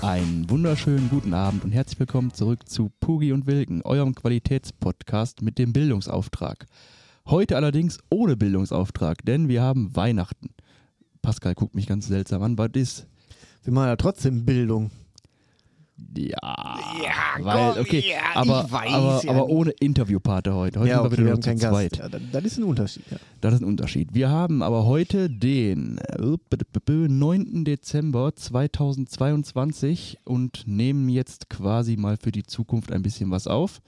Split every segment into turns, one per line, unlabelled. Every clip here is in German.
Einen wunderschönen guten Abend und herzlich willkommen zurück zu Pugi und Wilken, eurem Qualitätspodcast mit dem Bildungsauftrag. Heute allerdings ohne Bildungsauftrag, denn wir haben Weihnachten. Pascal guckt mich ganz seltsam an, was ist?
Wir machen ja trotzdem Bildung.
Ja,
Ja,
weil,
komm,
okay,
ja, ich
aber,
weiß
aber,
ja
aber
nicht.
ohne Interviewpartner heute. Heute
ja,
sind wir wieder nur zu
keinen
zweit.
Ja, das, das ist ein Unterschied. Ja.
Das ist ein Unterschied. Wir haben aber heute den äh, 9. Dezember 2022 und nehmen jetzt quasi mal für die Zukunft ein bisschen was auf.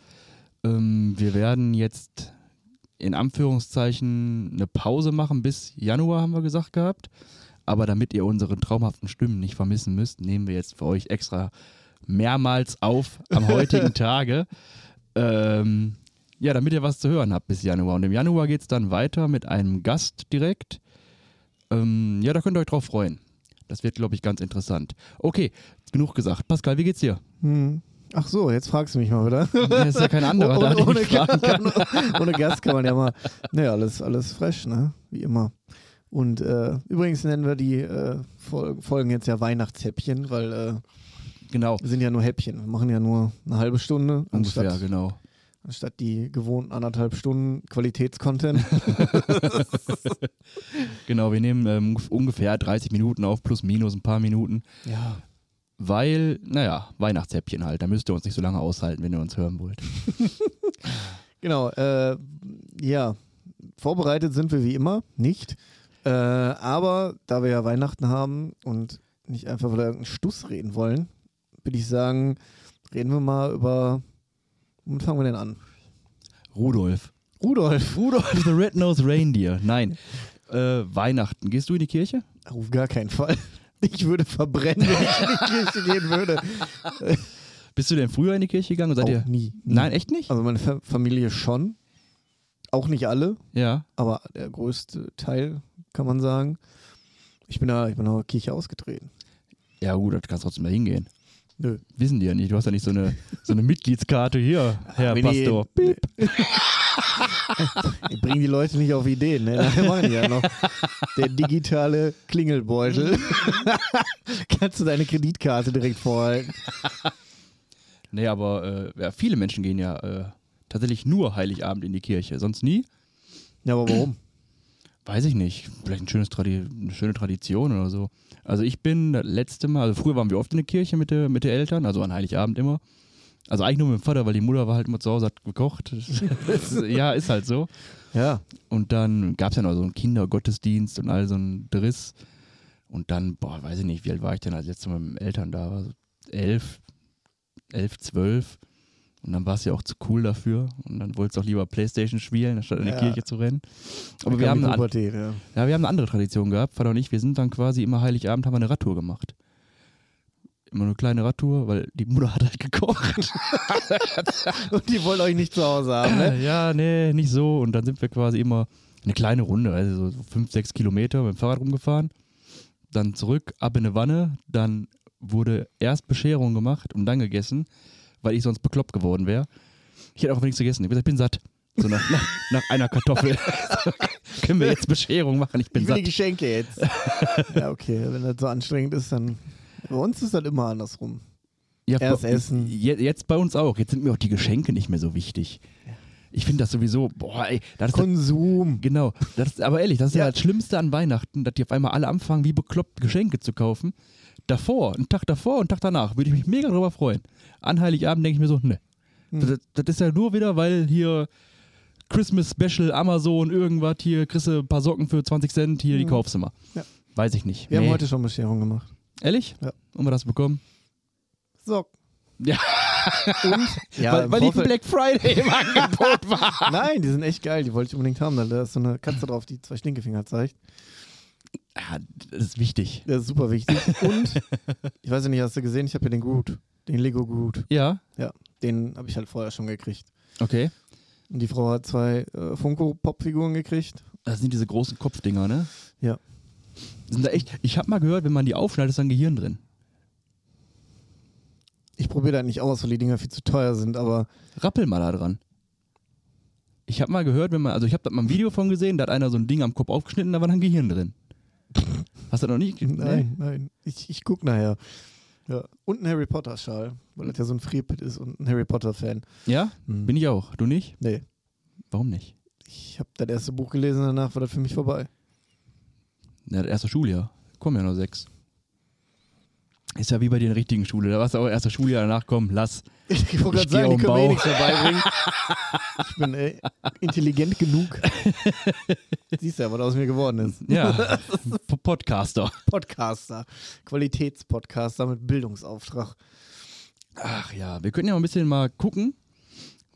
Ähm, wir werden jetzt in Anführungszeichen eine Pause machen bis Januar, haben wir gesagt gehabt. Aber damit ihr unsere traumhaften Stimmen nicht vermissen müsst, nehmen wir jetzt für euch extra mehrmals auf am heutigen Tage. Ähm, ja, damit ihr was zu hören habt bis Januar. Und im Januar geht es dann weiter mit einem Gast direkt. Ähm, ja, da könnt ihr euch drauf freuen. Das wird, glaube ich, ganz interessant. Okay, genug gesagt. Pascal, wie geht's dir?
Hm. Ach so, jetzt fragst du mich mal wieder.
Da ist ja kein anderer da,
Oh, ohne,
den
ohne,
ich fragen kann.
ohne Gast kann man ja mal. Naja, alles, alles fresh, ne? Wie immer. Und äh, übrigens nennen wir die äh, Fol Folgen jetzt ja Weihnachtshäppchen, weil äh,
Genau,
wir sind ja nur Häppchen. Wir machen ja nur eine halbe Stunde
ungefähr,
anstatt,
genau.
anstatt die gewohnten anderthalb Stunden Qualitätscontent.
Genau, wir nehmen ähm, ungef- ungefähr 30 Minuten auf, plus minus ein paar Minuten.
ja.
Weil, naja, Weihnachtshäppchen halt. Da müsst ihr uns nicht so lange aushalten, wenn ihr uns hören wollt.
Genau, äh, ja, vorbereitet sind wir wie immer nicht. Äh, aber da wir ja Weihnachten haben und nicht einfach über irgendeinen Stuss reden wollen, würde ich sagen, reden wir mal über. Womit fangen wir denn an?
Rudolf.
Rudolf.
Rudolf the Red-Nosed Reindeer. Nein. Äh, Weihnachten. Gehst du in die Kirche?
Auf gar keinen Fall. Ich würde verbrennen, wenn ich in die Kirche gehen würde.
Bist du denn früher in die Kirche gegangen? Seid
Auch
ihr?
nie.
Nein, echt nicht?
Also meine Fa- Familie schon. Auch nicht alle.
Ja.
aber der größte Teil, kann man sagen. Ich bin da, ich bin aus der Kirche ausgetreten.
Ja, gut, das kannst trotzdem mal hingehen.
Nö.
Wissen die ja nicht. Du hast ja nicht so eine, so eine Mitgliedskarte hier, Herr
Wenn die-
Pastor.
Ich bringe die Leute nicht auf Ideen, ne? Das machen die ja noch. Der digitale Klingelbeutel. Kannst du deine Kreditkarte direkt vorhalten.
Nee, aber äh, ja, viele Menschen gehen ja äh, tatsächlich nur Heiligabend in die Kirche. Sonst nie?
Ja, aber warum?
Weiß ich nicht. Vielleicht ein schönes Tradi eine schöne Tradition oder so. Also ich bin das letzte Mal, also früher waren wir oft in der Kirche mit, der, mit den Eltern, also an Heiligabend immer. Also eigentlich nur mit dem Vater, weil die Mutter war halt immer zu Hause, hat gekocht. Das, ja, ist halt so.
Ja.
Und dann gab es ja noch so einen Kindergottesdienst und all so ein Driss. Und dann, boah, weiß ich nicht, wie alt war ich denn, als ich jetzt mit meinen Eltern da war? So elf, elf, zwölf. Und dann war es ja auch zu cool dafür. Und dann wolltest du auch lieber Playstation spielen, anstatt in die
Ja.
Kirche zu rennen. Aber
Da
wir
kam
haben,
die
eine, an-
Pubertät, ja.
ja, wir haben eine andere Tradition gehabt, Vater und ich. Wir sind dann quasi immer Heiligabend, haben wir eine Radtour gemacht. Immer eine kleine Radtour, weil die Mutter hat halt gekocht.
Und die wollen euch nicht zu Hause haben, ne?
Ja, nee, nicht so. Und dann sind wir quasi immer eine kleine Runde, also so fünf, sechs Kilometer mit dem Fahrrad rumgefahren. Dann zurück, ab in eine Wanne. Dann wurde erst Bescherung gemacht und dann gegessen, weil ich sonst bekloppt geworden wäre. Ich hätte auch nichts gegessen. Ich hab gesagt, ich bin satt. So nach, nach, nach einer Kartoffel. Können wir jetzt Bescherung machen? Ich bin
Ich will die
satt.
Geschenke jetzt. ja, okay. Wenn das so anstrengend ist, dann. Bei uns ist das immer andersrum.
Ja,
Erst
bei-
essen.
Je, jetzt bei uns auch. Jetzt sind mir auch die Geschenke nicht mehr so wichtig. Ich finde das sowieso, boah, ey, das ist das
Konsum.
Genau, das ist, aber ehrlich, das ist ja.
Ja.
das Schlimmste an Weihnachten, dass die auf einmal alle anfangen, wie bekloppt Geschenke zu kaufen. Davor, einen Tag davor und einen Tag danach, würde ich mich mega drüber freuen. An Heiligabend denke ich mir so, ne.
Hm.
Das, das ist ja nur wieder, weil hier Christmas Special, Amazon, irgendwas, hier kriegst du ein paar Socken für 20 Cent, hier die kaufst du mal.
Hm. Ja.
Weiß ich nicht.
Wir
nee.
haben heute schon Bescherung gemacht.
ehrlich?
Ja.
Haben wir das bekommen?
So.
Ja.
Und? Ja,
weil
im
weil die
Vorfeld-
Black Friday im Angebot war.
Nein, die sind echt geil, die wollte ich unbedingt haben. Da ist so eine Katze drauf, die zwei Stinkefinger zeigt.
Ja, das ist wichtig.
Das ist super wichtig. Und, ich weiß ja nicht, hast du gesehen, ich habe ja den Groot, den Lego Groot.
Ja,
Den habe ich halt vorher schon gekriegt.
okay.
Und die Frau hat zwei äh, Funko-Pop-Figuren gekriegt.
Das sind diese großen Kopfdinger, ne?
Ja.
Sind da echt, ich habe mal gehört, wenn man die aufschneidet, ist da ein Gehirn drin.
Ich probiere das nicht aus, weil die Dinger viel zu teuer sind, aber
Rappel mal da dran. Ich habe mal gehört, wenn man, also ich habe da mal ein Video von gesehen, da hat einer so ein Ding am Kopf aufgeschnitten, da war dann ein Gehirn drin. Hast du das noch nicht? ge-
nein, nein. Ich, ich gucke nachher. Ja. Und ein Harry Potter-Schal, weil das ja so ein Friedpit ist und ein Harry Potter-Fan.
Ja,
Mhm.
bin ich auch. Du nicht?
Nee,
Warum nicht?
ich habe das erste Buch gelesen, danach war das für mich vorbei.
Na, das erste Schuljahr. Kommen ja noch sechs. Ist ja wie bei den richtigen Schule. Da warst du auch erster Schuljahr, danach komm, lass.
Ich wollte
Ich
gerade sagen,
geh
die
um
können mir eh
Bau.
nichts mehr beibringen. Ich bin äh, intelligent genug. Siehst ja, was aus mir geworden ist.
Ja, P- Podcaster.
Podcaster. Qualitätspodcaster mit Bildungsauftrag.
Ach ja, wir können ja mal ein bisschen mal gucken,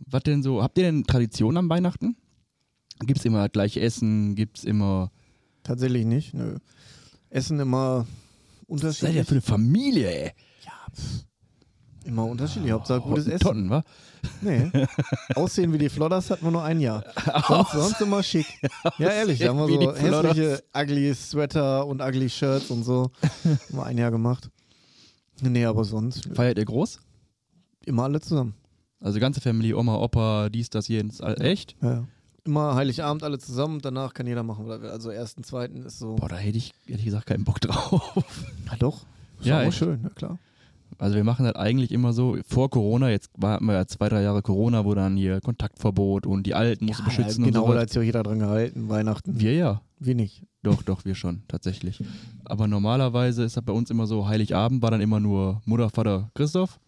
was denn so. Habt ihr denn Tradition am Weihnachten? Gibt es immer gleich Essen? Gibt es immer.
Tatsächlich nicht, nö. Essen
Seid
immer
ihr
unterschiedlich.
für eine Familie, ey?
Immer unterschiedlich. Hauptsache
Oh,
gutes Essen.
Tonnen, wa?
Nee. Aussehen wie die Flodders hatten wir nur ein Jahr. Sonst, sonst immer schick. Ja, ehrlich, da haben wir
wie
so
die Flodders.
hässliche ugly Sweater und ugly Shirts und so. Haben wir ein Jahr gemacht. Nee, aber sonst nö.
Feiert ihr groß?
immer alle zusammen.
Also ganze Family, Oma, Opa, dies, das, jenes. all- Echt?
Ja, Ja. Immer Heiligabend alle zusammen und danach kann jeder machen, was er will. Also ersten, zweiten ist so.
Boah, da hätte ich ehrlich gesagt keinen Bock drauf.
Na doch. Ist
Ja,
auch mal
echt.
schön, na klar.
Also wir machen das eigentlich immer so, vor Corona, jetzt hatten wir ja zwei, drei Jahre Corona, wo dann hier Kontaktverbot und die Alten musst du beschützen
genau,
und so.
da hat sich auch jeder dran gehalten. Weihnachten.
Wir ja.
Wir nicht.
Doch, doch, wir schon, tatsächlich. Aber normalerweise ist das bei uns immer so, Heiligabend war dann immer nur Mutter, Vater, Christoph.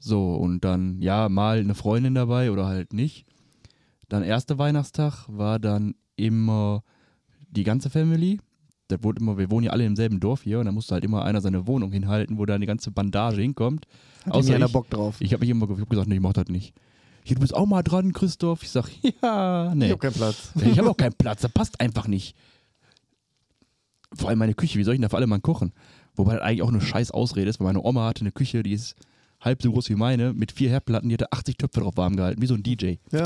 So, und dann, ja, mal eine Freundin dabei oder halt nicht. Dann erster Weihnachtstag war dann immer die ganze Family. Das wurde immer, wir wohnen ja alle im selben Dorf hier und da musste halt immer einer seine Wohnung hinhalten, wo dann die ganze Bandage hinkommt.
Hat
Außer
Außer einer
ich.
Bock drauf.
Ich habe mich immer ge- ich hab gesagt, nee, ich mach das nicht. Hier, du bist auch mal dran, Christoph. Ich sag, ja,
Ich
nee.
hab keinen Platz.
Ich habe auch keinen Platz, das passt einfach nicht. Vor allem meine Küche, wie soll ich denn da für alle mal kochen? Wobei das eigentlich auch eine scheiß Ausrede ist, weil meine Oma hatte eine Küche, die ist halb so groß wie meine, mit vier Herdplatten, die hatte 80 Töpfe drauf warm gehalten, wie so ein DJ.
Ja.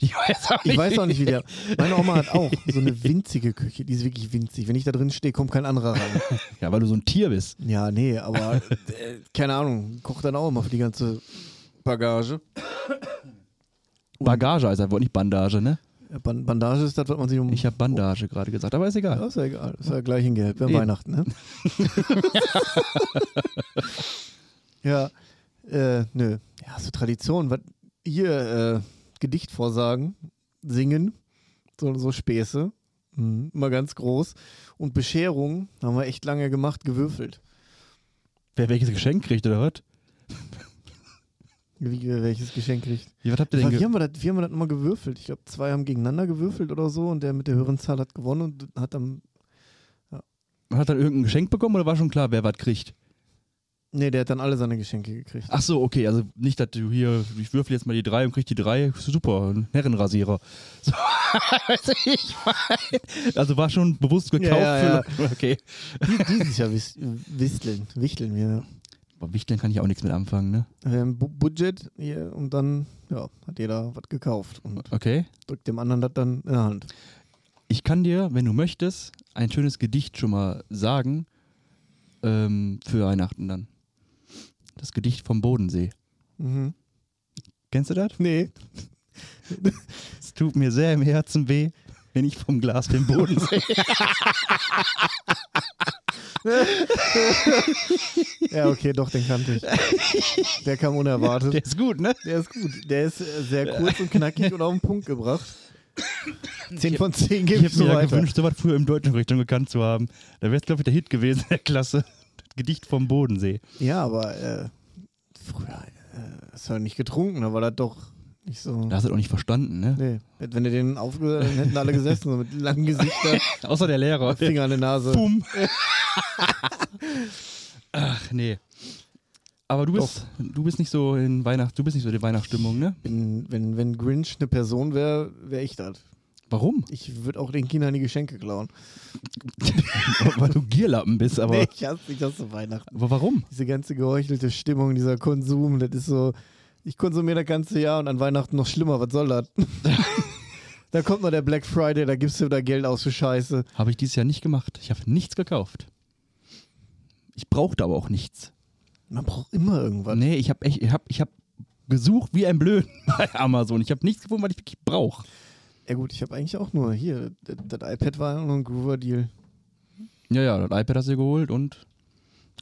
Ich weiß auch nicht,
Ich weiß auch nicht, wie der. Meine Oma hat auch so eine winzige Küche. Die ist wirklich winzig. Wenn ich da drin stehe, kommt kein anderer rein.
Ja, weil du so ein Tier bist.
Ja, nee, aber äh, keine Ahnung. Kocht dann auch immer für die ganze Bagage.
Bagage heißt einfach nicht Bandage, ne?
Ban Bandage ist das, was man sich um.
Ich habe Bandage gerade gesagt, aber ist
Ja,
egal.
ist ja egal. Ist ja gleich in Gelb. Wir haben
Eben.
Weihnachten, ne? ja, äh, nö. Ja, so Tradition. Was hier äh, Gedicht vorsagen, singen, so, so Späße. Mhm. Immer ganz groß. Und Bescherung haben wir echt lange gemacht, gewürfelt.
Wer welches Geschenk kriegt oder was?
Wie, wer welches Geschenk kriegt.
Wie, was habt ihr
Wie
denn
haben
ge-
wir das, wie haben wir das nochmal gewürfelt? Ich glaube, zwei haben gegeneinander gewürfelt oder so und der mit der höheren Zahl hat gewonnen und hat dann.
Hat er irgendein Geschenk bekommen oder war schon klar, wer was kriegt?
Nee, der hat dann alle seine Geschenke gekriegt.
Ach so, okay, also nicht, dass du hier, ich würfel jetzt mal die drei und krieg die drei, super, ein Herrenrasierer. So, weiß ich mein. Also war schon bewusst gekauft.
Ja, ja,
für- Okay.
Dieses Jahr wis wisteln, wichteln wir.
Aber Wichteln kann ich auch nichts mit anfangen, ne?
Wir haben Bu Budget hier und dann ja, hat jeder was gekauft und
Okay.
drückt dem anderen das dann in der Hand.
Ich kann dir, wenn du möchtest, ein schönes Gedicht schon mal sagen ähm, für Weihnachten dann. Das Gedicht vom Bodensee.
Mhm.
Kennst du das?
Nee,
Es tut mir sehr im Herzen weh, wenn ich vom Glas den Boden sehe.
ja, okay, doch, den kannte ich. Der kam unerwartet.
Der ist gut, ne?
Der ist gut. Der ist äh, sehr kurz und knackig und auf den Punkt gebracht. 10 von 10
Ich
gebe ich
hätte
so
mir ja
weiter.
gewünscht, sowas früher im deutschen Richtung gekannt zu haben. Da wäre es, glaube ich, der Hit gewesen der Klasse. Das Gedicht vom Bodensee.
Ja, aber äh, früher äh, ist er nicht getrunken, aber das doch nicht so.
Da hast du das auch nicht verstanden, ne?
Nee. Wenn du den aufgehört hättest, hätten alle gesessen, so mit langen Gesichtern,
Außer der Lehrer.
Finger an der Nase.
Bumm. Ach, nee. Aber du bist, du bist nicht so in Weihnacht, du bist nicht so die Weihnachtsstimmung, ne?
Wenn, wenn, wenn Grinch eine Person wäre, wäre ich das.
Warum?
Ich würde auch den Kindern die Geschenke klauen.
Weil du Gierlappen bist, aber.
nee, ich hasse, ich hasse Weihnachten.
Aber warum?
Diese ganze geheuchelte Stimmung, dieser Konsum, das ist so, ich konsumiere das ganze Jahr und an Weihnachten noch schlimmer, was soll das? da kommt noch der Black Friday, da gibst du wieder Geld aus für Scheiße.
Habe ich dieses Jahr nicht gemacht. Ich habe nichts gekauft. Ich brauchte aber auch nichts.
Man braucht immer irgendwas.
Nee, ich habe echt, ich habe, ich habe gesucht wie ein Blöd bei Amazon. Ich habe nichts gefunden, was ich wirklich brauche.
Ja gut, ich habe eigentlich auch nur hier, das, das iPad war ja nur ein Groover-Deal.
Ja, ja, das iPad hast du dir geholt und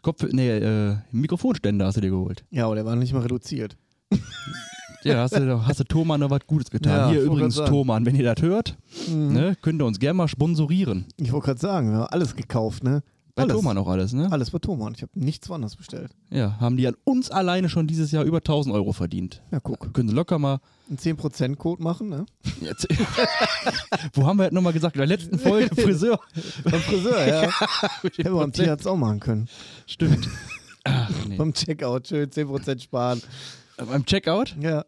Kopf, nee, äh, Mikrofonständer hast du dir geholt.
Ja, aber der war nicht mal reduziert.
Ja, hast du, hast du Thoman noch was Gutes getan.
Ja,
Hier
ich wollt
übrigens,
grad sagen.
Thoman, wenn ihr das hört, ne, könnt ihr uns gerne mal sponsorieren.
Ich wollte gerade sagen, wir haben alles gekauft, ne?
Bei
alles.
Thoman auch alles, ne?
Alles bei Thomann. Ich habe nichts anderes bestellt.
Ja, haben die an uns alleine schon dieses Jahr über 1000 Euro verdient.
Ja, guck.
Können sie locker mal.
Einen 10%-Code machen, ne?
Jetzt, wo haben wir das nochmal gesagt? In der letzten Folge Friseur.
Beim Friseur, ja.
Mit dem
ja beim
Prozent.
Tierarzt auch machen können.
Stimmt. Ach, nee.
Beim Checkout schön 10% sparen.
Beim Checkout?
Ja.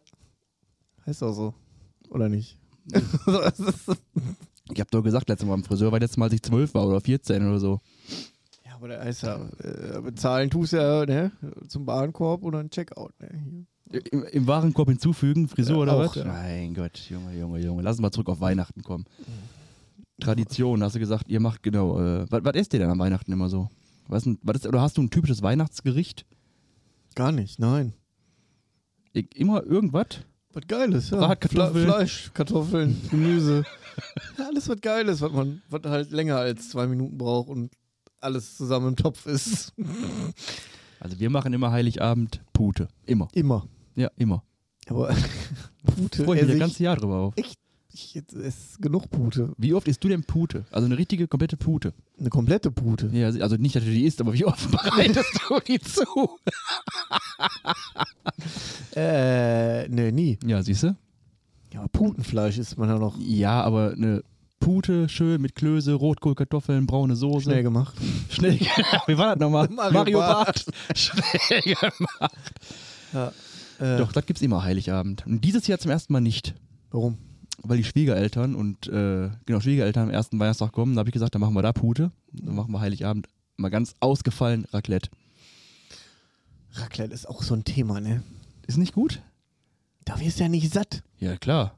Heißt auch so. Oder nicht?
Ich habe doch gesagt, letztes Mal beim Friseur, weil letztes Mal, als ich 12 war oder 14 oder so.
ja, aber der heißt ja, äh, bezahlen tust du ja, ne? Zum Warenkorb oder einen Checkout, ne? Hier.
Im, im Warenkorb hinzufügen, Frisur oder
Ja, auch,
was?
ja.
Mein Gott, Junge, Junge, Junge. Lass uns mal zurück auf Weihnachten kommen. Tradition, hast du gesagt, ihr macht genau. Äh, was, was esst ihr denn an Weihnachten immer so? Was, denn- was ist, oder hast du ein typisches Weihnachtsgericht?
Gar nicht, nein.
I- Immer irgendwas?
Was Geiles, ja.
Bratkartoffeln.
Fle Fleisch, Kartoffeln, Gemüse. ja, alles was Geiles, was man was halt länger als zwei Minuten braucht und alles zusammen im Topf ist.
Also wir machen immer Heiligabend Pute. Immer.
Immer.
Ja, immer.
Aber Pute
Freue ich mich das
esse Äh, also ich-
ganze Jahr drüber auf.
ich jetzt ist genug Pute.
Wie oft isst du denn Pute? Also eine richtige, komplette Pute.
Eine komplette Pute.
Ja, also nicht, dass du die isst, aber wie oft bereitest du die zu?
Äh, nee, nie.
Ja, siehst du?
Ja, aber Putenfleisch isst man ja noch
Ja, aber eine Pute, schön mit Klöße, Rotkohl, Kartoffeln, braune Soße.
schnell gemacht.
Schnell. Wie war das nochmal?
Mario
Barth. Schnell gemacht.
Ja. Äh,
Doch, das gibt's immer Heiligabend. Und dieses Jahr zum ersten Mal nicht.
Warum?
Weil die Schwiegereltern und äh, genau Schwiegereltern am ersten Weihnachtstag kommen, da habe ich gesagt, dann machen wir da Pute. Dann machen wir Heiligabend mal ganz ausgefallen Raclette.
Raclette ist auch so ein Thema, ne?
Ist nicht gut?
Da wirst du ja nicht satt.
Ja, klar.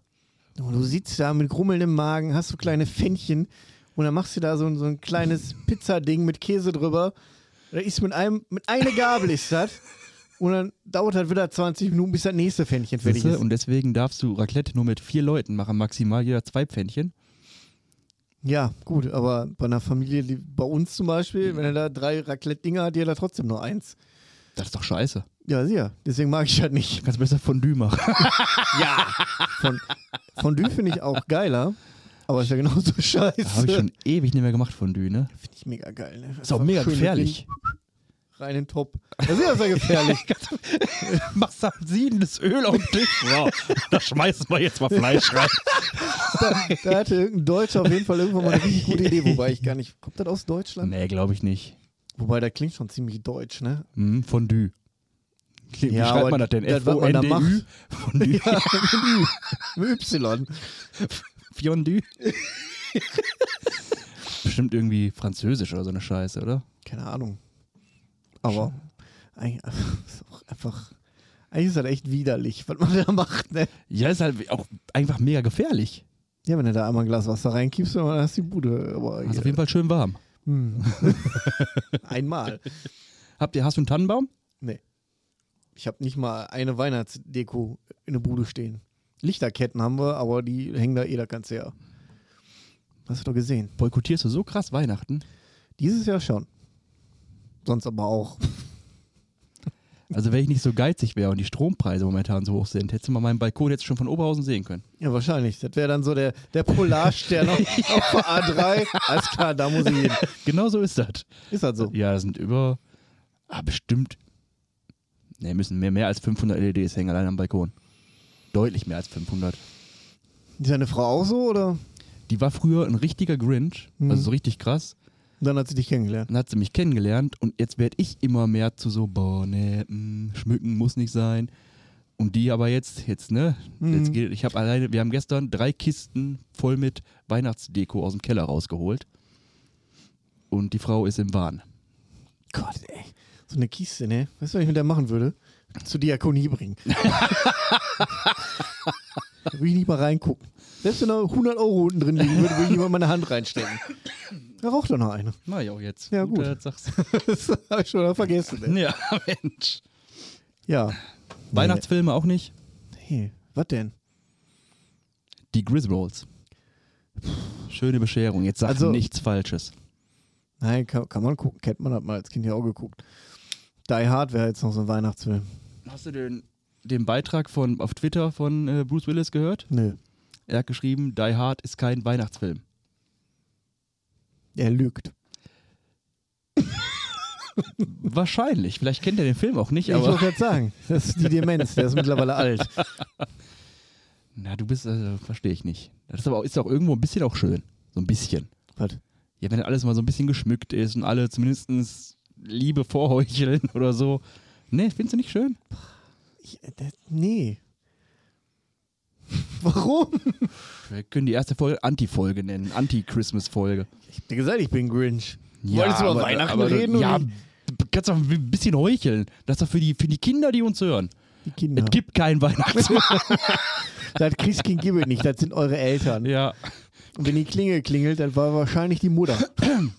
Und du sitzt da mit grummelndem Magen, hast so kleine Fännchen und dann machst du da so, ein- so ein kleines Pizzading mit Käse drüber. Da ist mit einem, mit einer Gabel ist das. Und dann dauert halt wieder 20 Minuten, bis das nächste Fännchen fertig
Siehste?
ist.
Und deswegen darfst du Raclette nur mit vier Leuten machen, maximal jeder zwei Pfännchen.
Ja, gut, aber bei einer Familie, die, bei uns zum
Mhm.
Beispiel, wenn er da drei Raclette-Dinger hat, die hat er trotzdem nur eins.
Das ist doch scheiße.
Ja, sicher. Deswegen mag ich halt nicht.
Kannst besser Fondue machen.
Von, Fondue finde ich auch geiler, aber ist ja genauso scheiße.
habe ich schon ewig nicht mehr gemacht, Fondue, ne?
Finde ich mega geil. Ne?
Ist auch mega
Schön mit
gefährlich.
Wind Rein in den Top. Das ist ja sehr gefährlich.
Machst da siedendes Öl auf den Tisch. Wow, da schmeißen wir jetzt mal Fleisch rein.
da, da hatte irgendein Deutscher auf jeden Fall irgendwann mal eine richtig gute Idee, wobei ich gar nicht. Kommt das aus Deutschland?
Nee, glaube ich nicht.
Wobei, da klingt schon ziemlich deutsch, ne?
Hm, Fondue. Wie
Ja,
schreibt
aber
man das denn?
das, was man da
F-O-N-D-Ü? Fondue.
Ja, mit Y.
Fondue. Bestimmt irgendwie französisch oder so eine Scheiße, oder?
Keine Ahnung. Aber eigentlich ist auch einfach. Eigentlich ist das echt widerlich, was man da macht, ne?
Ja, ist halt auch einfach mega gefährlich.
Ja, wenn du da einmal ein Glas Wasser reinkippst, dann hast du die Bude. Aber
Ist Also auf jeden Fall schön warm.
Hm. Einmal.
Habt ihr, hast du einen Tannenbaum?
Ich habe nicht mal eine Weihnachtsdeko in der Bude stehen. Lichterketten haben wir, aber die hängen da eh das ganze Jahr. Hast du doch gesehen.
Boykottierst du so krass Weihnachten?
Dieses Jahr schon. Sonst aber auch.
Also wenn ich nicht so geizig wäre und die Strompreise momentan so hoch sind, hättest du mal meinen Balkon jetzt schon von Oberhausen sehen können.
Ja, wahrscheinlich. Das wäre dann so der, der Polarstern auf, auf der A3. Alles klar, da muss ich hin.
Genau so ist das.
Ist halt so.
Ja, das sind über, ah, bestimmt, ne, müssen mehr, mehr als 500 LEDs hängen allein am Balkon. Deutlich mehr als 500.
Ist deine Frau auch so oder?
Die war früher ein richtiger Grinch,
Mhm.
also so richtig krass.
Dann hat sie dich kennengelernt.
Dann hat sie mich kennengelernt und jetzt werde ich immer mehr zu so, boah, ne, mm, schmücken muss nicht sein. Und die aber jetzt, jetzt, ne,
Mhm.
jetzt geht, ich habe alleine, wir haben gestern drei Kisten voll mit Weihnachtsdeko aus dem Keller rausgeholt. Und die Frau ist im Wahn.
Gott, ey. So eine Kiste, ne? Weißt du, was ich mit der machen würde? Zur Diakonie bringen. würde ich nicht mal reingucken. Selbst wenn da 100 Euro unten drin liegen würde, würde ich jemand meine Hand reinstecken. Da raucht doch noch eine.
Na ja, auch jetzt.
Ja, gut.
äh, sagst
Das habe ich schon mal vergessen.
du.
Ey.
ja, Mensch.
Ja.
Weihnachtsfilme auch nicht?
Hey, was denn?
Die Griswolds. Schöne Bescherung. Jetzt sag
Also-
nichts Falsches.
Nein, kann, kann man gucken. Kennt man, hat man als Kind ja auch geguckt. Die Hard wäre jetzt noch so ein Weihnachtsfilm.
Hast du den, den Beitrag von, auf Twitter von äh, Bruce Willis gehört?
Nö.
Er hat geschrieben, Die Hard ist kein Weihnachtsfilm.
Er lügt.
Wahrscheinlich. Vielleicht kennt er den Film auch nicht,
ich wollte
aber.
gerade sagen, das ist die Demenz, der ist mittlerweile alt.
Na, du bist, also, verstehe ich nicht. Das ist aber auch, ist auch irgendwo ein bisschen auch schön. So ein bisschen.
Was?
Ja, wenn alles mal so ein bisschen geschmückt ist und alle zumindest Liebe vorheucheln oder so. Nee, findest du nicht schön?
Ich, äh, das, nee. Warum?
Wir können die erste Folge Anti-Folge nennen. Anti-Christmas-Folge.
Ich hab dir gesagt, ich bin Grinch. Wolltest du über Weihnachten
du-
reden
Ja,
oder-
b- kannst doch ein bisschen heucheln. Das ist doch für die, für die Kinder, die uns hören.
Die Kinder.
Es gibt keinen Weihnachtsmann.
Das Christkind gibt es nicht, das sind eure Eltern.
ja.
Und wenn die Klingel klingelt, dann war wahrscheinlich die Mutter.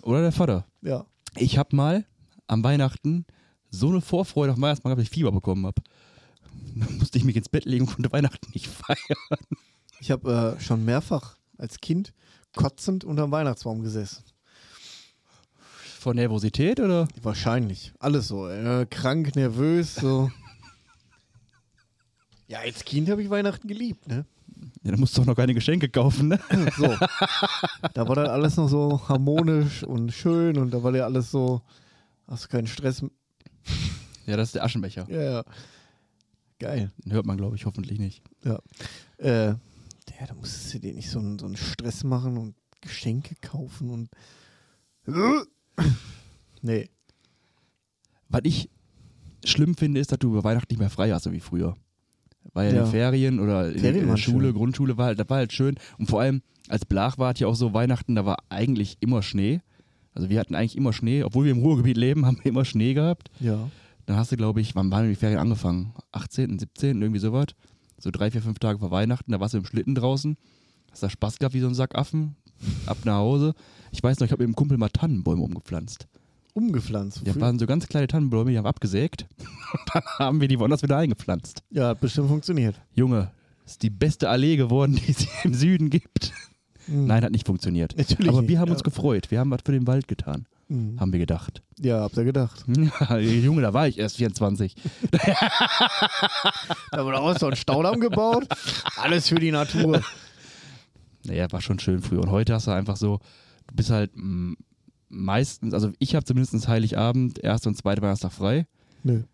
Oder der Vater.
Ja.
Ich habe mal am Weihnachten so eine Vorfreude auf den Weihnachtsmann gehabt, dass ich Fieber bekommen habe. Dann musste ich mich ins Bett legen und konnte Weihnachten nicht feiern.
Ich habe äh, schon mehrfach als Kind kotzend unterm Weihnachtsbaum gesessen.
Vor Nervosität oder?
Wahrscheinlich. Alles so. Äh, krank, nervös, so. Ja, als Kind habe ich Weihnachten geliebt, ne?
Ja, da musst du doch noch keine Geschenke kaufen, ne?
So. da war dann alles noch so harmonisch und schön und da war ja alles so. Hast du keinen Stress? m-
Ja, das ist der Aschenbecher.
Ja, ja. Geil.
Den hört man, glaube ich, hoffentlich nicht.
Äh, ja, da musstest du dir nicht so einen, so einen Stress machen und Geschenke kaufen und. nee.
Was ich schlimm finde, ist, dass du über Weihnachten nicht mehr frei hast, so wie früher. Weil in
Ja.
den Ferien oder in,
Ferien
in der
waren
Schule,
schön.
Grundschule war halt, das war halt schön. Und vor allem als Blach war es ja auch so Weihnachten, da war eigentlich immer Schnee. Also wir hatten eigentlich immer Schnee, obwohl wir im Ruhrgebiet leben, haben wir immer Schnee gehabt.
Ja.
Dann hast du, glaube ich, wann waren die Ferien angefangen? 18., 17., irgendwie sowas. So drei, vier, fünf Tage vor Weihnachten, da warst du im Schlitten draußen. Hast da Spaß gehabt wie so ein Sack Affen. Ab nach Hause. Ich weiß noch, ich habe mit dem Kumpel mal Tannenbäume umgepflanzt.
Umgepflanzt.
Ja, waren so ganz kleine Tannenbäume, die haben wir abgesägt. Und dann haben wir die woanders wieder eingepflanzt.
ja, hat bestimmt funktioniert.
Junge, ist die beste Allee geworden, die es im Süden gibt.
Mhm.
Nein, hat nicht funktioniert.
Natürlich
Aber
nicht,
wir haben
ja.
uns gefreut. Wir haben was für den Wald getan,
Mhm.
haben wir gedacht.
Ja, habt ihr gedacht.
Ja, Junge, da war ich erst 24.
Da wurde auch so ein Staudamm gebaut. Alles für die Natur.
Naja, war schon schön früher. Und heute hast du einfach so, du bist halt mm, meistens, also ich habe zumindest Heiligabend, erste und zweite Weihnachtstag frei.
Nö.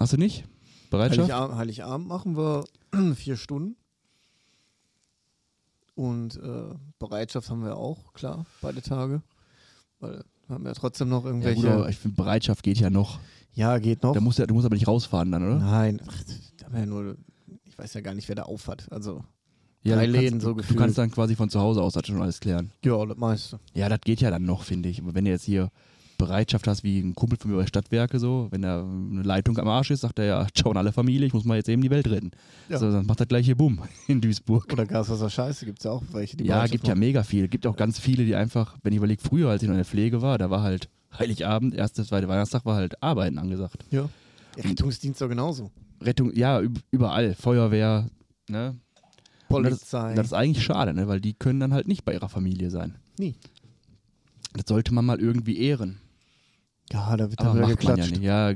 Hast du nicht? Bereitschaft?
Heiligabend, Heiligabend machen wir vier Stunden. Und äh, Bereitschaft haben wir auch, klar, beide Tage. Weil wir haben ja trotzdem noch
Ja,
irgendwelche.
gut, aber ich finde, Bereitschaft geht ja noch.
ja geht noch.
Da musst du, ja- du musst aber nicht rausfahren dann, oder?
Nein, ach, da haben wir ja nur, ich weiß ja gar nicht, wer da aufhat. Also,
Ja,
Drei
du
Läden,
kannst,
so
du, du
gefühlt.
kannst dann quasi von zu Hause aus das schon alles klären.
ja, das meiste.
Ja, das geht ja dann noch, finde ich. Aber wenn du jetzt hier Bereitschaft hast, wie ein Kumpel von mir bei Stadtwerke, so, wenn da eine Leitung am Arsch ist, sagt er ja, ciao an alle Familie, ich muss mal jetzt eben die Welt retten.
Ja.
So, dann macht das gleiche Boom in Duisburg.
Oder Gaswasser Scheiße gibt es ja auch welche, die
ja,
Bereitschaft
gibt ja
machen.
mega viel. Gibt auch ganz viele, die einfach, wenn ich überlege, früher, als ich noch in der Pflege war, da war halt Heiligabend, erste, zweite Weihnachtstag war halt Arbeiten angesagt.
Ja. Der Rettungsdienst ja genauso.
Rettung, ja, üb- überall, Feuerwehr, ne? Und
Polizei.
Das, das ist eigentlich schade, ne? weil die können dann halt nicht bei ihrer Familie sein.
Nie.
Das sollte man mal irgendwie ehren.
ja, da wird dann
Aber
wieder
macht man ja
geklatscht.
nicht. Ja,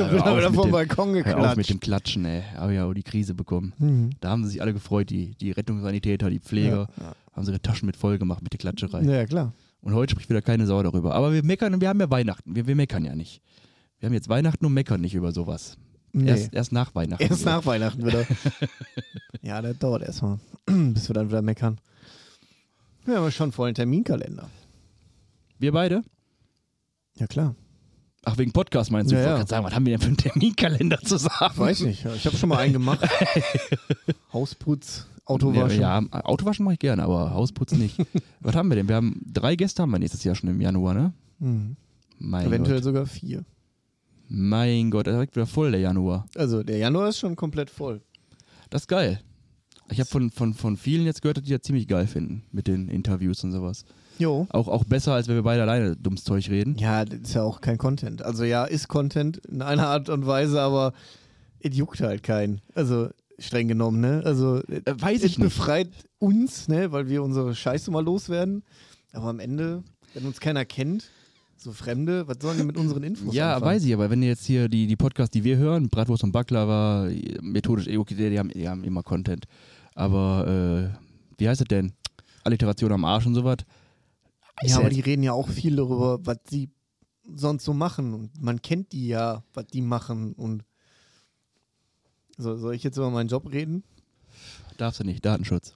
ja
wird dann
hör,
wieder
auf
vom
mit dem,
Balkon
hör auf mit
geklatscht.
dem Klatschen, ey. Habe ja auch die Krise bekommen.
Mhm.
Da haben sie sich alle gefreut, die, die Rettungssanitäter, die Pfleger. Haben sie ihre Taschen mit voll gemacht mit der Klatscherei.
Ja, klar.
Und heute spricht wieder keine Sau darüber. Aber wir meckern, wir haben ja Weihnachten. Wir, wir meckern ja nicht. Wir haben jetzt Weihnachten und meckern nicht über sowas.
Nee.
Erst, erst nach Weihnachten.
Erst nach Weihnachten wieder. ja, das dauert erstmal, bis wir dann wieder meckern. Wir haben ja schon voll einen Terminkalender.
Wir beide?
Ja, klar.
Ach, wegen Podcast meinst du?
Ja,
ich wollte
ja.
gerade sagen, was haben wir denn für einen Terminkalender zusammen?
Weiß nicht. ja, Ich habe schon mal einen gemacht. Hausputz, Autowaschen.
Ja, ja, Autowaschen mache ich gerne, aber Hausputz nicht. Was haben wir denn? Wir haben drei Gäste haben wir nächstes Jahr schon im Januar, ne?
Mhm.
Mein
Eventuell
Gott.
sogar vier.
Mein Gott, direkt wieder voll der Januar.
Also der Januar ist schon komplett voll.
Das ist geil. Ich habe von, von, von vielen jetzt gehört, dass die das ziemlich geil finden mit den Interviews und sowas.
Jo.
Auch, auch besser, als wenn wir beide alleine dummes Zeug reden.
Ja, das ist ja auch kein Content. Also ja, ist Content in einer Art und Weise, aber es juckt halt keinen. Also streng genommen, ne? Also äh,
Äh, weiß
es
ich nicht.
befreit uns, ne? Weil wir unsere Scheiße mal loswerden. Aber am Ende, wenn uns keiner kennt, So Fremde, was sollen die mit unseren Infos
Ja,
anfangen?
weiß ich, aber wenn ihr jetzt hier die, die Podcasts, die wir hören, Bratwurst und Baklava, methodisch, eh, okay, die, die, haben, die haben immer Content. Aber äh, wie heißt es denn? Alliteration am Arsch und sowas.
Ja, aber
Ist
die reden ja auch viel darüber, was sie sonst so machen. Und man kennt die ja, was die machen. Und so, soll ich jetzt über meinen Job reden?
jetzt- Darfst du nicht, Datenschutz.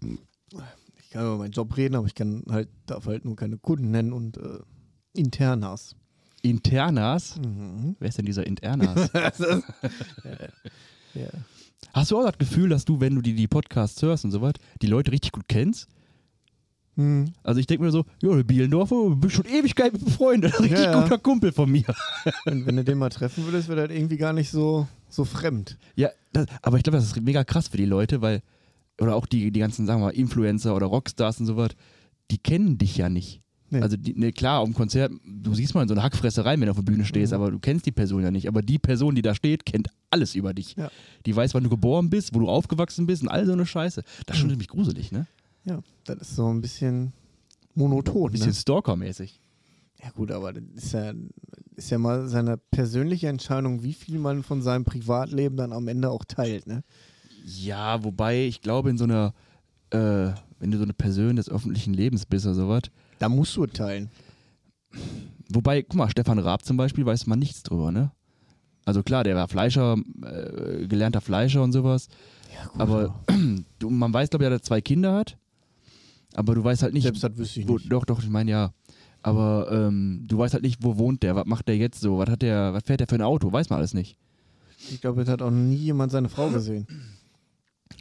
Ich kann über meinen Job reden, aber ich kann halt, darf halt nur keine Kunden nennen und äh, Internas.
Internas?
Mhm.
Wer ist denn dieser Internas?
Das ist- ja. Ja.
Hast du auch das Gefühl, dass du, wenn du die, die Podcasts hörst und sowas, die Leute richtig gut kennst?
Hm.
Also ich denke mir so, ja, Bielendorf, oh, bist schon Ewigkeit befreundet, richtig
Ja, ja.
guter Kumpel von mir.
Und wenn du den mal treffen würdest, wäre das irgendwie gar nicht so, so fremd.
Ja, das, aber ich glaube, das ist mega krass für die Leute, weil, oder auch die, die ganzen, sagen wir mal, Influencer oder Rockstars und sowas, die kennen dich ja nicht.
Nee.
Also die, ne, klar, auf dem Konzert, du siehst mal in so eine Hackfresserei, wenn du auf der Bühne stehst,
Mhm.
aber du kennst die Person ja nicht. Aber die Person, die da steht, kennt alles über dich.
Ja.
Die weiß, wann du geboren bist, wo du aufgewachsen bist und all so eine Scheiße. Das ist
Mhm.
schon ziemlich gruselig, ne?
Ja, das ist so ein bisschen monoton.
Ein bisschen
ne?
Stalker-mäßig.
Ja gut, aber das ist ja, ist ja mal seine persönliche Entscheidung, wie viel man von seinem Privatleben dann am Ende auch teilt, ne?
Ja, wobei, ich glaube, in so einer, äh, wenn du so eine Person des öffentlichen Lebens bist oder sowas,
Da musst du teilen.
Wobei, guck mal, Stefan Raab zum Beispiel weiß man nichts drüber, ne? Also klar, der war Fleischer, äh, gelernter Fleischer und sowas.
Ja gut,
Aber du, man weiß, glaube ich, dass er zwei Kinder hat. Aber du weißt halt nicht.
selbst das wüsste ich
wo,
nicht.
doch, doch, ich meine ja. Aber ähm, du weißt halt nicht, wo wohnt der, was macht der jetzt so, was hat der, was fährt der für ein Auto, weiß man alles nicht.
Ich glaube, das hat auch nie jemand seine Frau gesehen.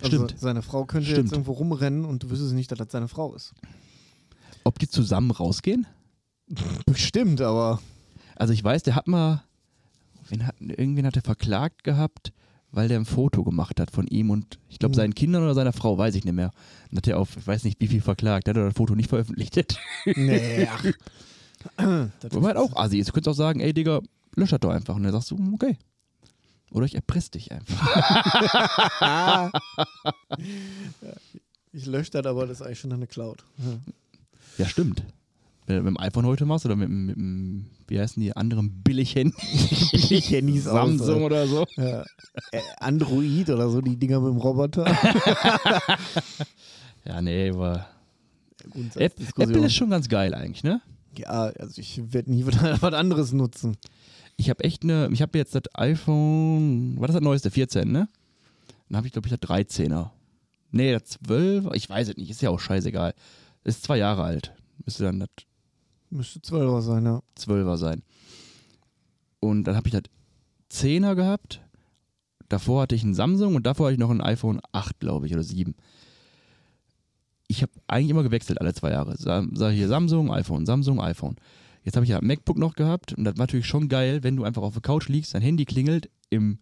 Also
Stimmt.
seine Frau könnte
Stimmt.
jetzt irgendwo rumrennen und du wüsstest nicht, dass das seine Frau ist.
Ob die zusammen rausgehen?
Bestimmt, aber
Also ich weiß, der hat mal, wen hat, irgendwen hat er verklagt gehabt, weil der ein Foto gemacht hat von ihm und ich glaube
Mhm.
seinen Kindern oder seiner Frau, weiß ich nicht mehr. Und hat er auf, ich weiß nicht wie viel verklagt, hat er das Foto nicht veröffentlicht. Der
nee, ach. Das
Wobei halt auch assi ist. Du könntest auch sagen, ey Digga, lösch das doch einfach. Und dann sagst du, hm, okay. Oder ich erpresse dich einfach.
Ah. Ich lösche das, aber das ist eigentlich schon eine Cloud. Ja.
Ja, stimmt. Wenn du mit dem iPhone heute machst oder mit, dem- mit dem, wie heißen die anderen, Billig-Handys?
Billig-Handys auch,
Samsung
so.
oder so.
Ja. Äh, Android oder so, die Dinger mit dem Roboter.
Ja, nee, aber App,
Grundsatzdiskussion.
Apple ist schon ganz geil eigentlich, ne?
Ja, also ich werde nie wieder was anderes nutzen.
Ich habe echt eine, ich habe jetzt das iPhone, war das das neueste, 14, ne? Dann habe ich, glaube ich, das 13er. Nee, das 12, ich weiß es nicht, ist ja auch scheißegal. Ist zwei Jahre alt. Müsste dann das
Müsste 12er sein, ja.
12er sein. Und dann habe ich das 10er gehabt. Davor hatte ich ein Samsung und davor hatte ich noch ein iPhone 8, glaube ich, oder 7. Ich habe eigentlich immer gewechselt alle zwei Jahre. Sa- Sag hier Samsung, iPhone, Samsung, iPhone. Jetzt habe ich ja ein MacBook noch gehabt und das war natürlich schon geil, wenn du einfach auf der Couch liegst, dein Handy klingelt im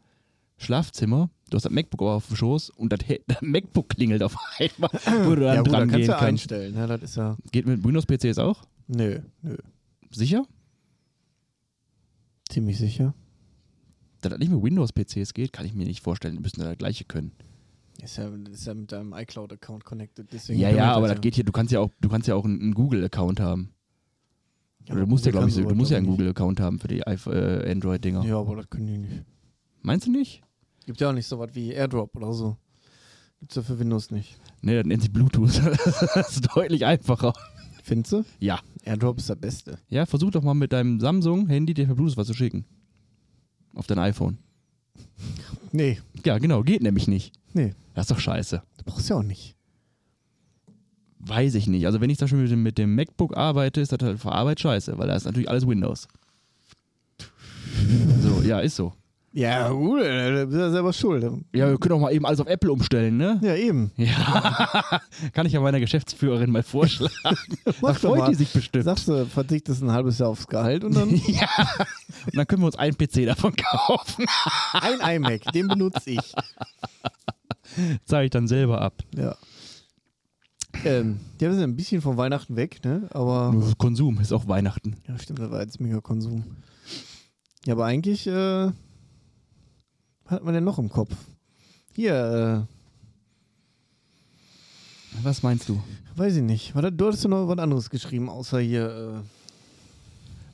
Schlafzimmer, du hast das MacBook auf dem Schoß und das, He- das MacBook klingelt auf einmal, wo du dann
ja, gut, da
dran
kannst
gehen
du
kannst.
einstellen. Ja, das ist ja.
Geht mit Windows-PCs auch?
Nö, nö.
Sicher?
Ziemlich sicher.
Da das nicht mit Windows-PCs geht, kann ich mir nicht vorstellen. Die müssen da das gleiche können.
Ist ja, ist ja mit deinem iCloud-Account connected. Deswegen
Ja, ja, aber das
ja.
geht hier. Du kannst ja auch, du kannst ja auch einen, einen Google-Account haben.
Ja,
Oder du musst ja,
Google
glaube ich,
kann
so- du
sowas,
musst ja
glaub
einen
ich, nicht.
Google-Account haben für die iPh- äh, Android-Dinger.
Ja, aber das können die nicht.
Meinst du nicht?
Gibt ja auch nicht so was wie Airdrop oder so. Gibt's ja für Windows nicht.
Nee, dann nennt sie Bluetooth. das ist deutlich einfacher.
Findest du?
Ja.
Airdrop ist der Beste.
Ja, versuch doch mal mit deinem Samsung-Handy dir per Bluetooth was zu schicken. Auf dein iPhone.
Nee,
Ja, genau, geht nämlich nicht.
nee.
Das ist doch scheiße.
Das brauchst du ja auch nicht.
Weiß ich nicht. Also wenn ich zum Beispiel mit dem, mit dem MacBook arbeite, ist das halt für Arbeit scheiße, weil da ist natürlich alles Windows. So, ja, ist so.
Ja, gut, äh, da bist du ja selber schuld.
Ja, wir können auch mal eben alles auf Apple umstellen, ne?
Ja, eben.
Ja, kann ich ja meiner Geschäftsführerin mal vorschlagen. Da
Mach doch
freut
mal.
die sich bestimmt.
Sagst du, verzichtest ein halbes Jahr aufs Gehalt und dann
ja. Und dann können wir uns einen PC davon kaufen.
ein iMac, den benutze ich.
Zeige ich dann selber ab.
Ja. Ähm, ja, wir sind ein bisschen von Weihnachten weg, ne? Aber
Konsum ist auch Weihnachten.
ja, stimmt, das war jetzt mega Konsum. Ja, aber eigentlich, äh, was hat man denn noch im Kopf? Hier, äh,
Was meinst du?
äh, weiß ich nicht. War das, du hattest du noch was anderes geschrieben, außer hier,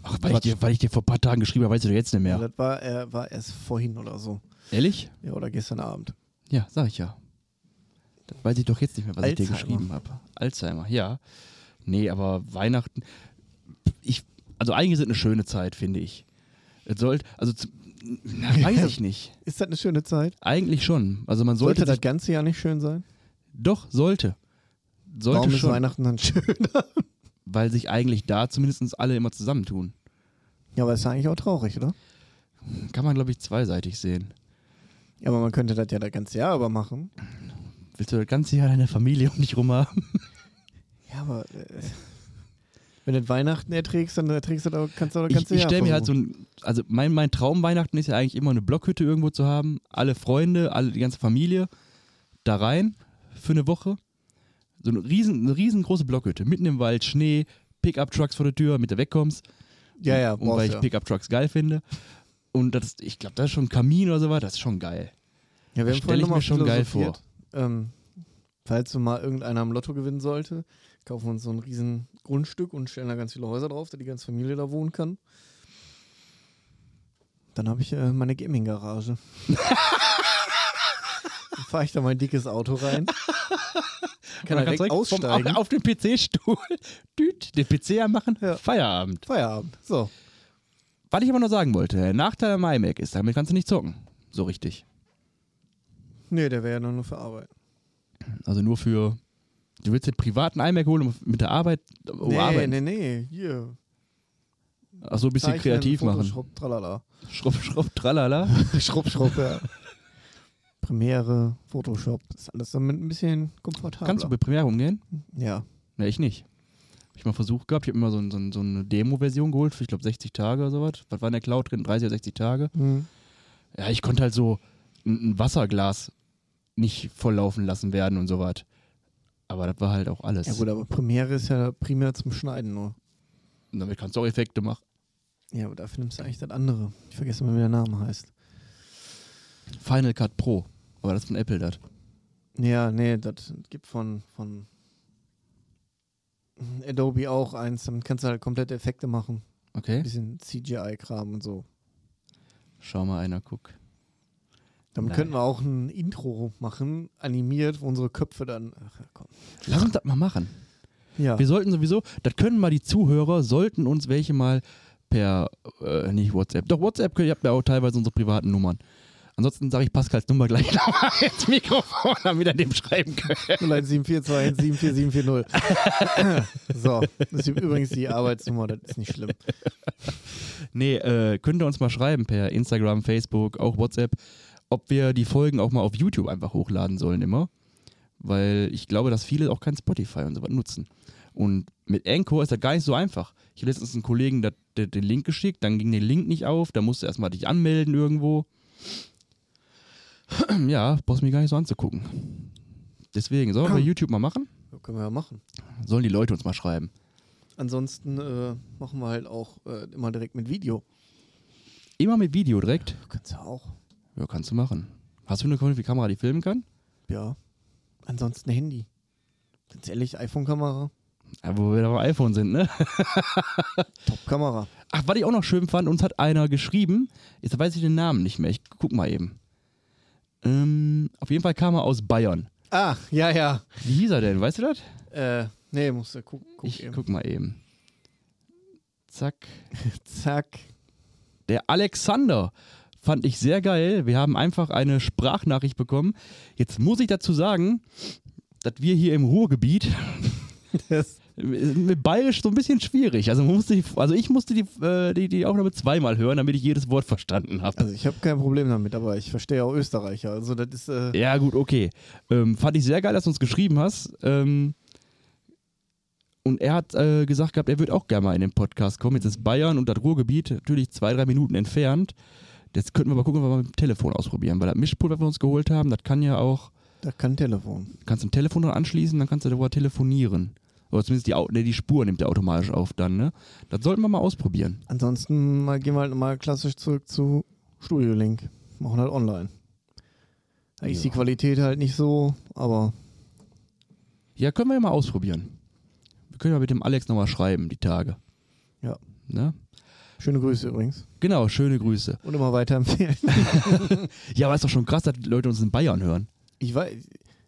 Ach, weil, ich dir, weil ich dir vor ein paar Tagen geschrieben habe, weißt du doch jetzt nicht mehr.
Das war, äh, war erst vorhin oder so.
Ehrlich?
Ja, oder gestern Abend.
Ja, sag ich ja. Das weiß ich doch jetzt nicht mehr, was ich dir
Alzheimer.
geschrieben habe. Alzheimer, ja. Nee, aber Weihnachten. Ich, also eigentlich ist es eine schöne Zeit, finde ich. Es sollte, also zu- na, weiß ich nicht.
Ist das eine schöne Zeit?
Eigentlich schon. Also man
Sollte,
sollte,
das
sich,
ganze Jahr nicht schön sein?
doch sollte. Sollte
Warum ist
schon,
Weihnachten dann schön?
weil sich eigentlich da zumindest alle immer zusammentun.
ja, aber ist ja eigentlich auch traurig, oder?
Kann man, glaube ich, zweiseitig sehen.
Ja, aber man könnte das ja das ganze Jahr über machen.
Willst du das ganze Jahr deine Familie um dich rum haben?
Ja, aber äh, wenn du Weihnachten erträgst, dann erträgst du das, kannst du das
Ich,
ganze
ich
Jahr
stelle mir halt so
versuchen.
ein, also mein, mein Traum Weihnachten ist ja eigentlich immer eine Blockhütte irgendwo zu haben, alle Freunde, alle die ganze Familie da rein für eine Woche. So eine, riesen, eine riesengroße Blockhütte, mitten im Wald, Schnee, Pickup-Trucks vor der Tür, damit du wegkommst.
ja, ja,
und um, weil
brauchst
ich
ja.
Pickup-Trucks geil finde. Und das, ich glaube, das ist schon ein Kamin oder so was, das ist schon geil.
Ja, wir haben
stell
vorhin
ich
noch mal
mir schon geil
philosophiert. Ähm, falls du mal irgendeiner am Lotto gewinnen sollte, kaufen wir uns so ein riesen Grundstück und stellen da ganz viele Häuser drauf, dass die ganze Familie da wohnen kann. Dann habe ich äh, meine Gaming-Garage. Dann fahre ich da mein dickes Auto rein. Kann
Man
direkt
vom,
aussteigen.
auf, auf dem PC-Stuhl düt, den PC anmachen,
Ja.
Feierabend.
Feierabend. So.
Was ich aber noch sagen wollte, der Nachteil am iMac ist, damit kannst du nicht zocken. So richtig.
Nee, der wäre ja nur für Arbeit.
Also nur für. Du willst den privaten iMac holen um mit der Arbeit. Um
nee,
Arbeit.
nee, nee. Hier.
Ach so, ein bisschen
Zeichnen,
kreativ machen.
Photoshop, Tralala.
Schrupp, schrupp, tralala.
Schrupp, schrupp, ja. Premiere, Photoshop, ist alles damit ein bisschen komfortabler.
Kannst du mit Premiere umgehen?
Ja.
Ne, ich nicht. Hab ich mal versucht gehabt. Ich habe immer so, ein, so, ein, so eine Demo-Version geholt für, ich glaube, 60 Tage oder sowas. Was war in der Cloud drin? 30 oder 60 Tage.
Hm.
Ja, ich konnte halt so ein, ein Wasserglas nicht volllaufen lassen werden und sowas. Aber das war halt auch alles.
Ja gut, aber Premiere ist ja primär zum Schneiden nur.
Und damit kannst du auch Effekte machen.
Ja, aber dafür nimmst du eigentlich das andere. Ich vergesse mal, wie der Name heißt.
Final Cut Pro. Aber das ist von Apple das.
Ja, nee, das gibt von, von Adobe auch eins. Damit kannst du halt komplett Effekte machen. Ein
Okay.
bisschen CGI-Kram und so.
Schau mal einer, guck.
Damit
Nein.
könnten wir auch ein Intro machen, animiert, wo unsere Köpfe dann. Ach ja, komm.
Lass uns das mal machen.
Ja.
Wir sollten sowieso, das können mal die Zuhörer, sollten uns welche mal per, äh, nicht WhatsApp, doch WhatsApp, ihr habt ja auch teilweise unsere privaten Nummern. Ansonsten sage ich Pascals Nummer gleich nochmal ins Mikrofon, damit er dem schreiben kann.
01742174740. so, das ist übrigens die Arbeitsnummer, das ist nicht schlimm.
Nee, äh, könnt ihr uns mal schreiben per Instagram, Facebook, auch WhatsApp, ob wir die Folgen auch mal auf YouTube einfach hochladen sollen immer. Weil ich glaube, dass viele auch kein Spotify und sowas nutzen. Und mit Anchor ist das gar nicht so einfach. Ich habe letztens einen Kollegen dat, der, den Link geschickt, dann ging der Link nicht auf, da musst du erstmal dich anmelden irgendwo. ja, brauchst mich gar nicht so anzugucken. Deswegen, sollen wir bei YouTube mal machen?
Ja, können wir ja machen.
Sollen die Leute uns mal schreiben?
Ansonsten äh, machen wir halt auch äh, immer direkt mit Video.
Immer mit Video direkt?
Du kannst ja auch.
Ja, kannst du machen. Hast du eine vernünftige Kamera, die filmen kann?
Ja. Ansonsten Handy. Ganz ehrlich, iPhone-Kamera.
Ja, wo wir da beim iPhone sind, ne?
Top-Kamera.
Ach, was ich auch noch schön fand, uns hat einer geschrieben, jetzt weiß ich den Namen nicht mehr, ich guck mal eben. Ähm, auf jeden Fall kam er aus Bayern.
Ah, ja, ja.
Wie hieß er denn, weißt du das?
Äh, nee, musst du gucken. Guck
ich
eben.
guck mal eben. Zack.
Zack.
Der Alexander fand ich sehr geil. Wir haben einfach eine Sprachnachricht bekommen. Jetzt muss ich dazu sagen, dass wir hier im Ruhrgebiet äh,
Das,
mit Bayerisch so ein bisschen schwierig. Also, man musste die, also ich musste die, äh, die, die Aufnahme zweimal hören, damit ich jedes Wort verstanden habe.
also ich habe kein Problem damit, aber ich verstehe auch Österreicher. Also das ist, äh,
Ja, gut, okay. Ähm, fand ich sehr geil, dass du uns geschrieben hast. Ähm, und er hat äh, gesagt gehabt, er würde auch gerne mal in den Podcast kommen. Jetzt ist Bayern und das Ruhrgebiet natürlich zwei, drei Minuten entfernt. Jetzt könnten wir mal gucken, ob wir mal mit dem Telefon ausprobieren, weil das Mischpult, was wir uns geholt haben, das kann ja auch,
da kann Telefon.
kannst du im Telefon dran anschließen, dann kannst du darüber telefonieren. Oder zumindest die, Au- ne, die Spur nimmt er automatisch auf dann, ne? Das sollten wir mal ausprobieren.
Ansonsten mal, gehen wir halt mal klassisch zurück zu Studio Link. Machen halt online. Da ist die
Ja.
Qualität halt nicht so, aber
Ja, können wir ja mal ausprobieren. Wir können ja mit dem Alex nochmal schreiben, die Tage.
Ja.
Ne?
Schöne Grüße übrigens.
Genau, schöne Grüße.
Und immer weiterempfehlen.
Ja, aber ist doch schon krass, dass die Leute uns in Bayern hören.
Ich weiß,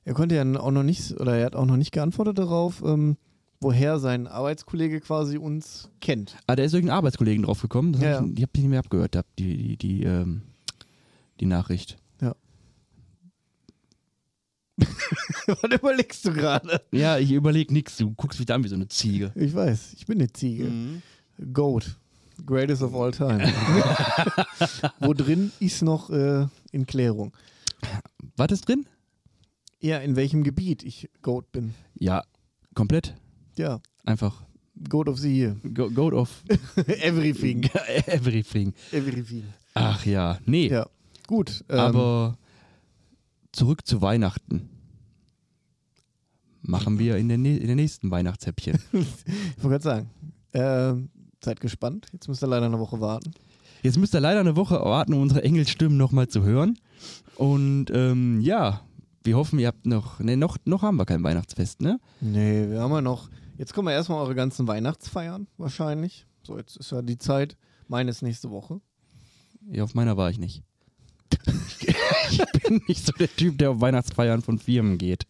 er konnte ja auch noch nicht, oder er hat auch noch nicht geantwortet darauf, ähm, woher sein Arbeitskollege quasi uns kennt.
Ah, da ist irgendein Arbeitskollegen drauf gekommen. Das
Ja,
hab ich, die habe ich nicht mehr abgehört, hab die, die, die, ähm, die Nachricht.
Was überlegst du gerade?
Ja, ich überlege nichts. Du guckst mich da an wie so eine Ziege.
Ich weiß, ich bin eine Ziege. Goat. Greatest of all time. Wo drin ist noch äh, in Klärung.
Was ist drin?
Ja, in welchem Gebiet ich Goat bin.
Ja, komplett.
Ja,
Einfach
Goat of the Year.
go, Goat of
Everything.
everything.
Everything.
Ach ja, nee.
Ja, gut. ähm,
Aber zurück zu Weihnachten. Machen wir in, der nä- in den nächsten Weihnachtshäppchen.
Ich wollte gerade sagen, ähm, seid gespannt. Jetzt müsst ihr leider eine Woche warten.
Jetzt müsst ihr leider eine Woche warten, um unsere Engelstimmen nochmal zu hören. Und ähm, ja, wir hoffen, ihr habt noch. Ne, noch, noch haben wir kein Weihnachtsfest, ne?
Nee, wir haben ja noch. Jetzt kommen wir erstmal eure ganzen Weihnachtsfeiern wahrscheinlich. So, jetzt ist ja die Zeit. Meine ist nächste Woche.
Ja, auf meiner war ich nicht. ich bin nicht so der Typ, der auf Weihnachtsfeiern von Firmen geht.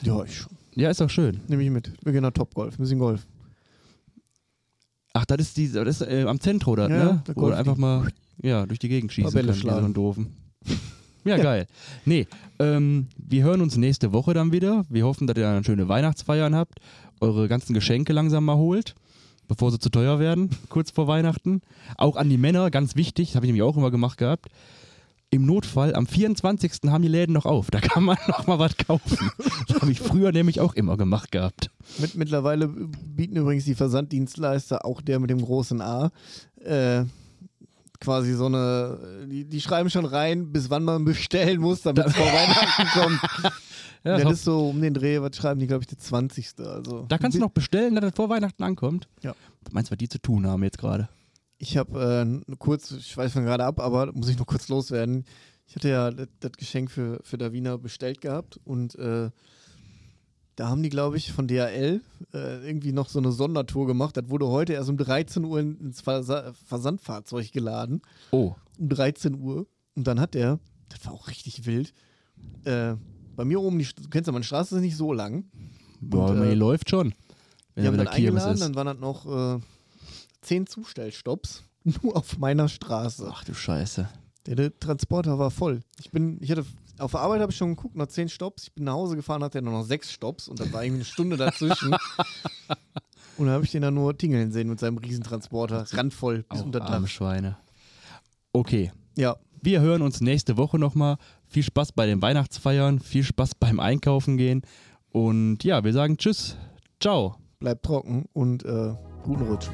Ja, ich schon.
Ja, ist doch schön.
Nehme ich mit. Wir gehen nach Topgolf, ein bisschen Golf.
Ach, das ist, die, das ist äh, am Zentro da,
Ja,
ne?
da
Wo du
golfen
einfach mal ja, durch die Gegend schießen
Bälle
kannst, wie so
schlagen.
einen Doofen. Ja,
Ja.
geil. Nee, ähm, wir hören uns nächste Woche dann wieder. Wir hoffen, dass ihr dann schöne Weihnachtsfeiern habt, eure ganzen Geschenke langsam mal holt, bevor sie zu teuer werden, kurz vor Weihnachten. Auch an die Männer, ganz wichtig, das habe ich nämlich auch immer gemacht gehabt. Im Notfall, am 24. haben die Läden noch auf. Da kann man noch mal was kaufen. Das habe ich früher nämlich auch immer gemacht gehabt.
Mit, mittlerweile bieten übrigens die Versanddienstleister, auch der mit dem großen A, äh, quasi so eine. Die, die schreiben schon rein, bis wann man bestellen muss, damit es vor Weihnachten kommt.
Ja,
ja,
das
das ist so um den Dreh, was schreiben die, glaube ich, der 20. Also.
Da kannst du noch bestellen, dass das vor Weihnachten ankommt.
Ja.
Meinst du, was die zu tun haben jetzt gerade?
Ich habe äh, kurz, ich weiß von gerade ab, aber muss ich noch kurz loswerden. Ich hatte ja das, das Geschenk für, für Davina bestellt gehabt und äh, da haben die, glaube ich, von DHL äh, irgendwie noch so eine Sondertour gemacht. Das wurde heute erst um 13 Uhr ins Versa Versandfahrzeug geladen.
Oh.
Um 13 Uhr. Und dann hat er, das war auch richtig wild, äh, bei mir oben, die, St- du kennst ja, meine Straße ist nicht so lang.
Boah,
Und,
man,
äh,
die läuft schon. Wenn
Wir
er
haben
wieder
dann
Kirmes
eingeladen,
ist.
dann waren das noch äh, zehn Zustellstopps, nur auf meiner Straße.
Ach du Scheiße.
Der, der Transporter war voll. Ich bin, ich hatte, auf der Arbeit habe ich schon geguckt, noch zehn Stops. Ich bin nach Hause gefahren, hatte er nur noch sechs Stops und dann war irgendwie eine Stunde dazwischen. und dann habe ich den dann nur tingeln sehen mit seinem Riesentransporter, randvoll bis
Auch
unter
arme
Dach.
Schweine. Okay,
Ja,
wir hören uns nächste Woche nochmal. Viel Spaß bei den Weihnachtsfeiern, viel Spaß beim Einkaufen gehen. Und ja, wir sagen Tschüss. Ciao.
bleibt trocken und äh, guten Rutsch.